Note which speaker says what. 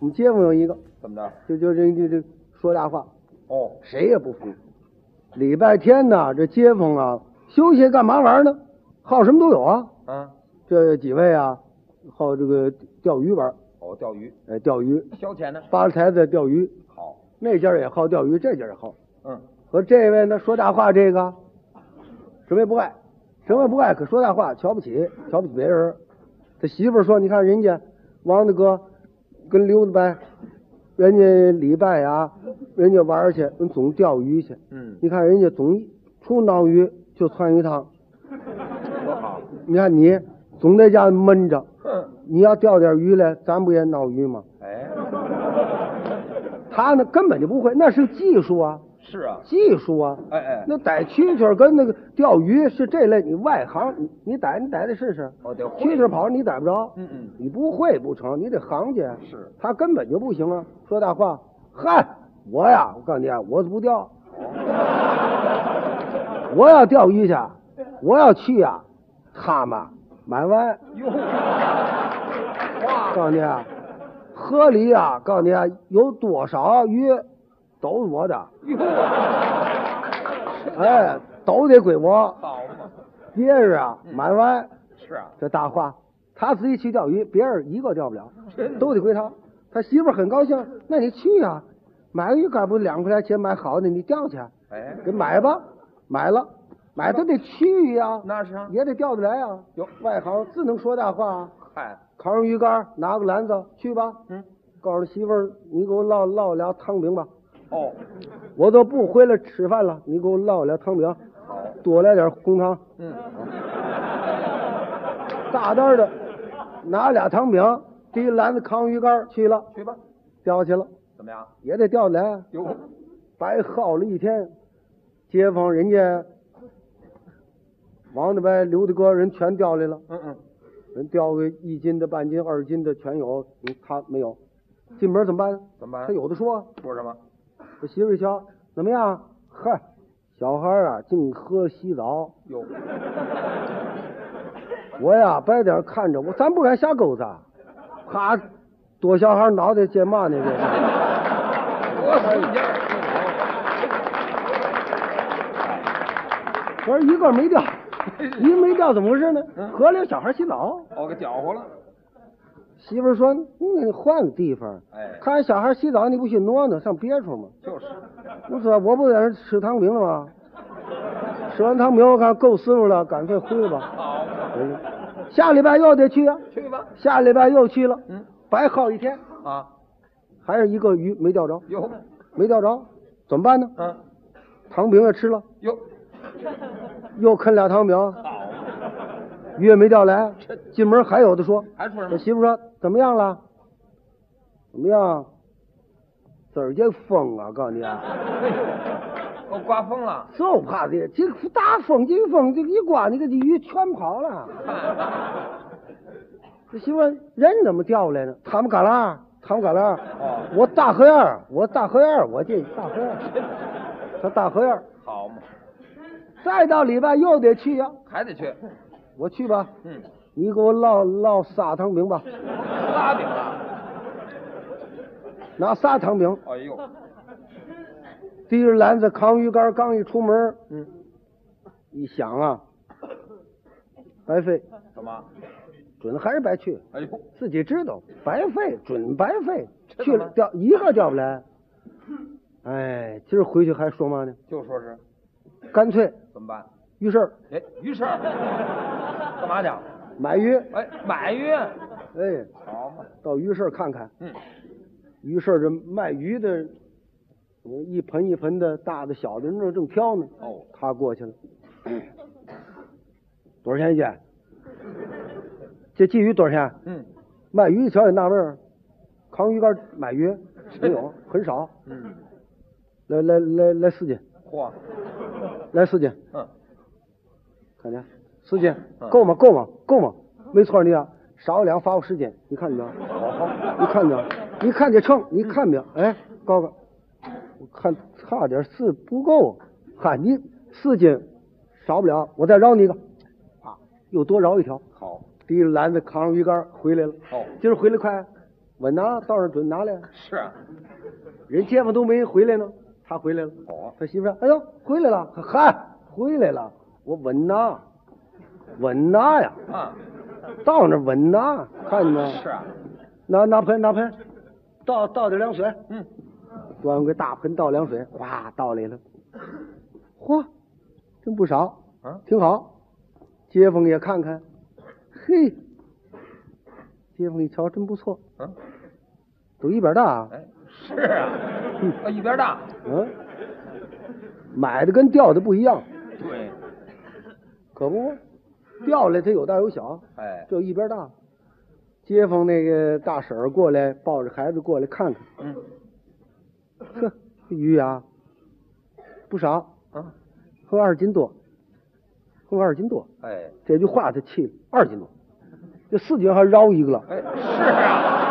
Speaker 1: 你街坊有一个，
Speaker 2: 怎么着？
Speaker 1: 就就这这这说大话，
Speaker 2: 哦，
Speaker 1: 谁也不服。礼拜天呐，这街坊啊，休息干嘛玩呢？好什么都有啊。
Speaker 2: 啊，
Speaker 1: 这几位啊，好这个钓鱼玩，
Speaker 2: 哦，钓鱼
Speaker 1: 呃，钓鱼，
Speaker 2: 消遣呢？
Speaker 1: 八台子钓鱼，
Speaker 2: 好，
Speaker 1: 那家也好钓鱼，这家也好。
Speaker 2: 嗯，
Speaker 1: 和这位呢说大话，这个什么也不爱，什么也不爱，可说大话，瞧不起，瞧不起别人。他媳妇儿说：“你看人家王大哥跟溜达呗，人家礼拜啊，人家玩儿去，人总钓鱼去。
Speaker 2: 嗯
Speaker 1: 你看人家总出闹鱼就窜鱼塘，
Speaker 2: 多好。
Speaker 1: 你看你总在家闷着，
Speaker 2: 哼，
Speaker 1: 你要钓点鱼来，咱不也闹鱼吗？
Speaker 2: 哎，
Speaker 1: 他呢根本就不会，那是技术啊，
Speaker 2: 是啊，
Speaker 1: 技术啊。
Speaker 2: 哎哎，
Speaker 1: 那逮蛐蛐儿跟那个钓鱼是这类，你外行，你你逮你逮逮试试。
Speaker 2: 哦得会
Speaker 1: 蛐蛐儿跑你逮不着，
Speaker 2: 嗯嗯
Speaker 1: 你不会不成，你得行家。
Speaker 2: 是，
Speaker 1: 他根本就不行啊！说大话，嗨，我呀，我告诉你啊，我不 钓，我要钓鱼去，我要去呀、他们买完，
Speaker 2: 哟，
Speaker 1: 告诉你啊，河里啊，告诉你啊，有多少鱼都是我的，
Speaker 2: 哟，
Speaker 1: 哎，都得归我。
Speaker 2: 好嘛，
Speaker 1: 别人啊，
Speaker 2: 嗯
Speaker 1: 买完。
Speaker 2: 是啊，
Speaker 1: 这大话，他自己去钓鱼，别人一个钓不了，都得归他。他媳妇儿很高兴，那你去啊，买个鱼竿不两块钱钱买好的，你钓去，
Speaker 2: 哎，
Speaker 1: 给买吧，买了，买他得去呀、
Speaker 2: 那是啊，
Speaker 1: 也得钓得来啊。
Speaker 2: 有
Speaker 1: 外行自能说大话啊，
Speaker 2: 嗨，
Speaker 1: 扛上鱼竿，拿个篮子去吧，
Speaker 2: 嗯，
Speaker 1: 告诉媳妇儿，你给我烙烙俩汤饼吧，
Speaker 2: 哦，
Speaker 1: 我都不回来吃饭了，你给我烙俩汤饼，
Speaker 2: 好，
Speaker 1: 多来点红糖。
Speaker 2: 嗯，
Speaker 1: 大单的拿俩糖饼，提篮子扛鱼竿去了，
Speaker 2: 去吧，
Speaker 1: 钓去了，
Speaker 2: 怎么样？
Speaker 1: 也得钓来啊，
Speaker 2: 哟，
Speaker 1: 白耗了一天。街坊人家王大伯、刘大哥人全钓来了，
Speaker 2: 嗯嗯，
Speaker 1: 人钓个一斤的、半斤、二斤的全有，嗯他没有。进门怎么办？
Speaker 2: 怎么办？
Speaker 1: 他有的说啊，
Speaker 2: 说什么？
Speaker 1: 我媳妇一瞧，怎么样？嗨，小孩啊，净喝洗澡，
Speaker 2: 哟，
Speaker 1: 我呀，白点看着我，咱不敢瞎勾搭，啪，躲小孩脑袋见嘛呢？这是。
Speaker 2: 我使劲儿，
Speaker 1: 可是一个没掉，一没掉怎么回事呢？河里有小孩洗澡，
Speaker 2: 我哦给搅和了，
Speaker 1: 媳妇儿说：“那你换个地方，
Speaker 2: 哎
Speaker 1: 看小孩洗澡你不去挪挪，上别处吗
Speaker 2: 就是，？”
Speaker 1: 我说：“我不在那吃汤饼了吗？吃完汤饼我看够师傅了，干脆回了吧。
Speaker 2: 好嘛，
Speaker 1: 嗯下礼拜又得去啊，
Speaker 2: 去吧，
Speaker 1: 下礼拜又去了，
Speaker 2: 嗯，
Speaker 1: 白耗一天，
Speaker 2: 啊，
Speaker 1: 还是一个鱼没钓着，
Speaker 2: 哟，
Speaker 1: 没钓着，怎么办呢？
Speaker 2: 啊，
Speaker 1: 糖饼也吃了，
Speaker 2: 哟，
Speaker 1: 又啃俩糖饼，鱼也没钓来，进门还有的说。
Speaker 2: 还说什
Speaker 1: 我
Speaker 2: 么？
Speaker 1: 媳妇说：“怎么样了？怎么样？今儿这风啊，告诉你啊，
Speaker 2: 我刮风了。
Speaker 1: 就怕这这个大风，这个风这个一刮，你个鱼全跑了。”这媳妇说人怎么掉来呢？他们旮旯，他们旮旯，
Speaker 2: 哦，
Speaker 1: 我大河沿儿，我大河沿儿，我这大河沿儿，他大河沿儿。
Speaker 2: 好嘛，
Speaker 1: 再到礼拜又得去呀、
Speaker 2: 还得去。
Speaker 1: 我去吧，
Speaker 2: 嗯，
Speaker 1: 你给我烙烙仨糖饼吧，
Speaker 2: 拉饼啊！
Speaker 1: 拿仨糖饼，
Speaker 2: 哎呦，
Speaker 1: 提着篮子扛鱼竿，刚一出门，
Speaker 2: 嗯，
Speaker 1: 一想啊，白费，
Speaker 2: 怎么？
Speaker 1: 准还是白去，
Speaker 2: 哎呦，
Speaker 1: 自己知道，白费，准白费，
Speaker 2: 真的吗
Speaker 1: 去了钓一个钓不来。哎，今儿回去还说嘛呢？
Speaker 2: 就说是
Speaker 1: 干脆
Speaker 2: 怎么办？
Speaker 1: 遇事儿
Speaker 2: 哎，于是 干嘛去？
Speaker 1: 买鱼，
Speaker 2: 哎，买鱼。
Speaker 1: 哎，
Speaker 2: 好嘛，
Speaker 1: 到鱼市看看。
Speaker 2: 嗯，
Speaker 1: 鱼市这卖鱼的，嗯一盆一盆的，大的小的，人正正挑呢。
Speaker 2: 哦，
Speaker 1: 他过去了，多少钱一斤？这鲫鱼多少钱？啊
Speaker 2: 嗯
Speaker 1: 卖鱼一瞧也纳闷儿，扛鱼竿买鱼没有，很少。
Speaker 2: 嗯，
Speaker 1: 来来来来四斤，
Speaker 2: 嚯，
Speaker 1: 来四斤，
Speaker 2: 嗯，
Speaker 1: 看见？四斤
Speaker 2: 嗯
Speaker 1: 够吗？够吗？够吗？没错，你啊，少两罚我十斤，你看见没有？你看见没有？你看这秤，你看没有？哎，高高，我看差点四不够，嗨，你四斤少不了，我再饶你一个，啊，又多饶一条。
Speaker 2: 好，
Speaker 1: 提着篮子扛着鱼竿回来了，
Speaker 2: 哦，
Speaker 1: 今儿回来快，我拿到那儿准拿来。
Speaker 2: 是啊，
Speaker 1: 人街坊都没回来呢，他回来了。
Speaker 2: 哦
Speaker 1: 他媳妇说：“哎呦，回来了，嗨，回来了，我稳呐，稳呐呀，
Speaker 2: 啊，
Speaker 1: 到那儿稳呐，看见没？
Speaker 2: 是啊，
Speaker 1: 拿拿盆拿盆，倒倒点凉水，
Speaker 2: 嗯，
Speaker 1: 端个大盆倒凉水，哗倒来了，嚯，真不少，
Speaker 2: 啊，
Speaker 1: 挺好。街坊也看看，嘿，街坊一瞧真不错，
Speaker 2: 嗯，
Speaker 1: 都一边大啊，
Speaker 2: 哎，是啊，啊，一边大，
Speaker 1: 嗯，买的跟掉的不一样，
Speaker 2: 对，
Speaker 1: 可不，掉来它有大有小，
Speaker 2: 哎，
Speaker 1: 这一边大。街坊那个大婶儿过来，抱着孩子过来看看，
Speaker 2: 嗯，
Speaker 1: 呵，这鱼啊，不少，
Speaker 2: 啊，
Speaker 1: 和二斤多，和二斤多。
Speaker 2: 哎，
Speaker 1: 这句话他气了，二斤多，这四斤还饶一个了。
Speaker 2: 哎，是啊，啊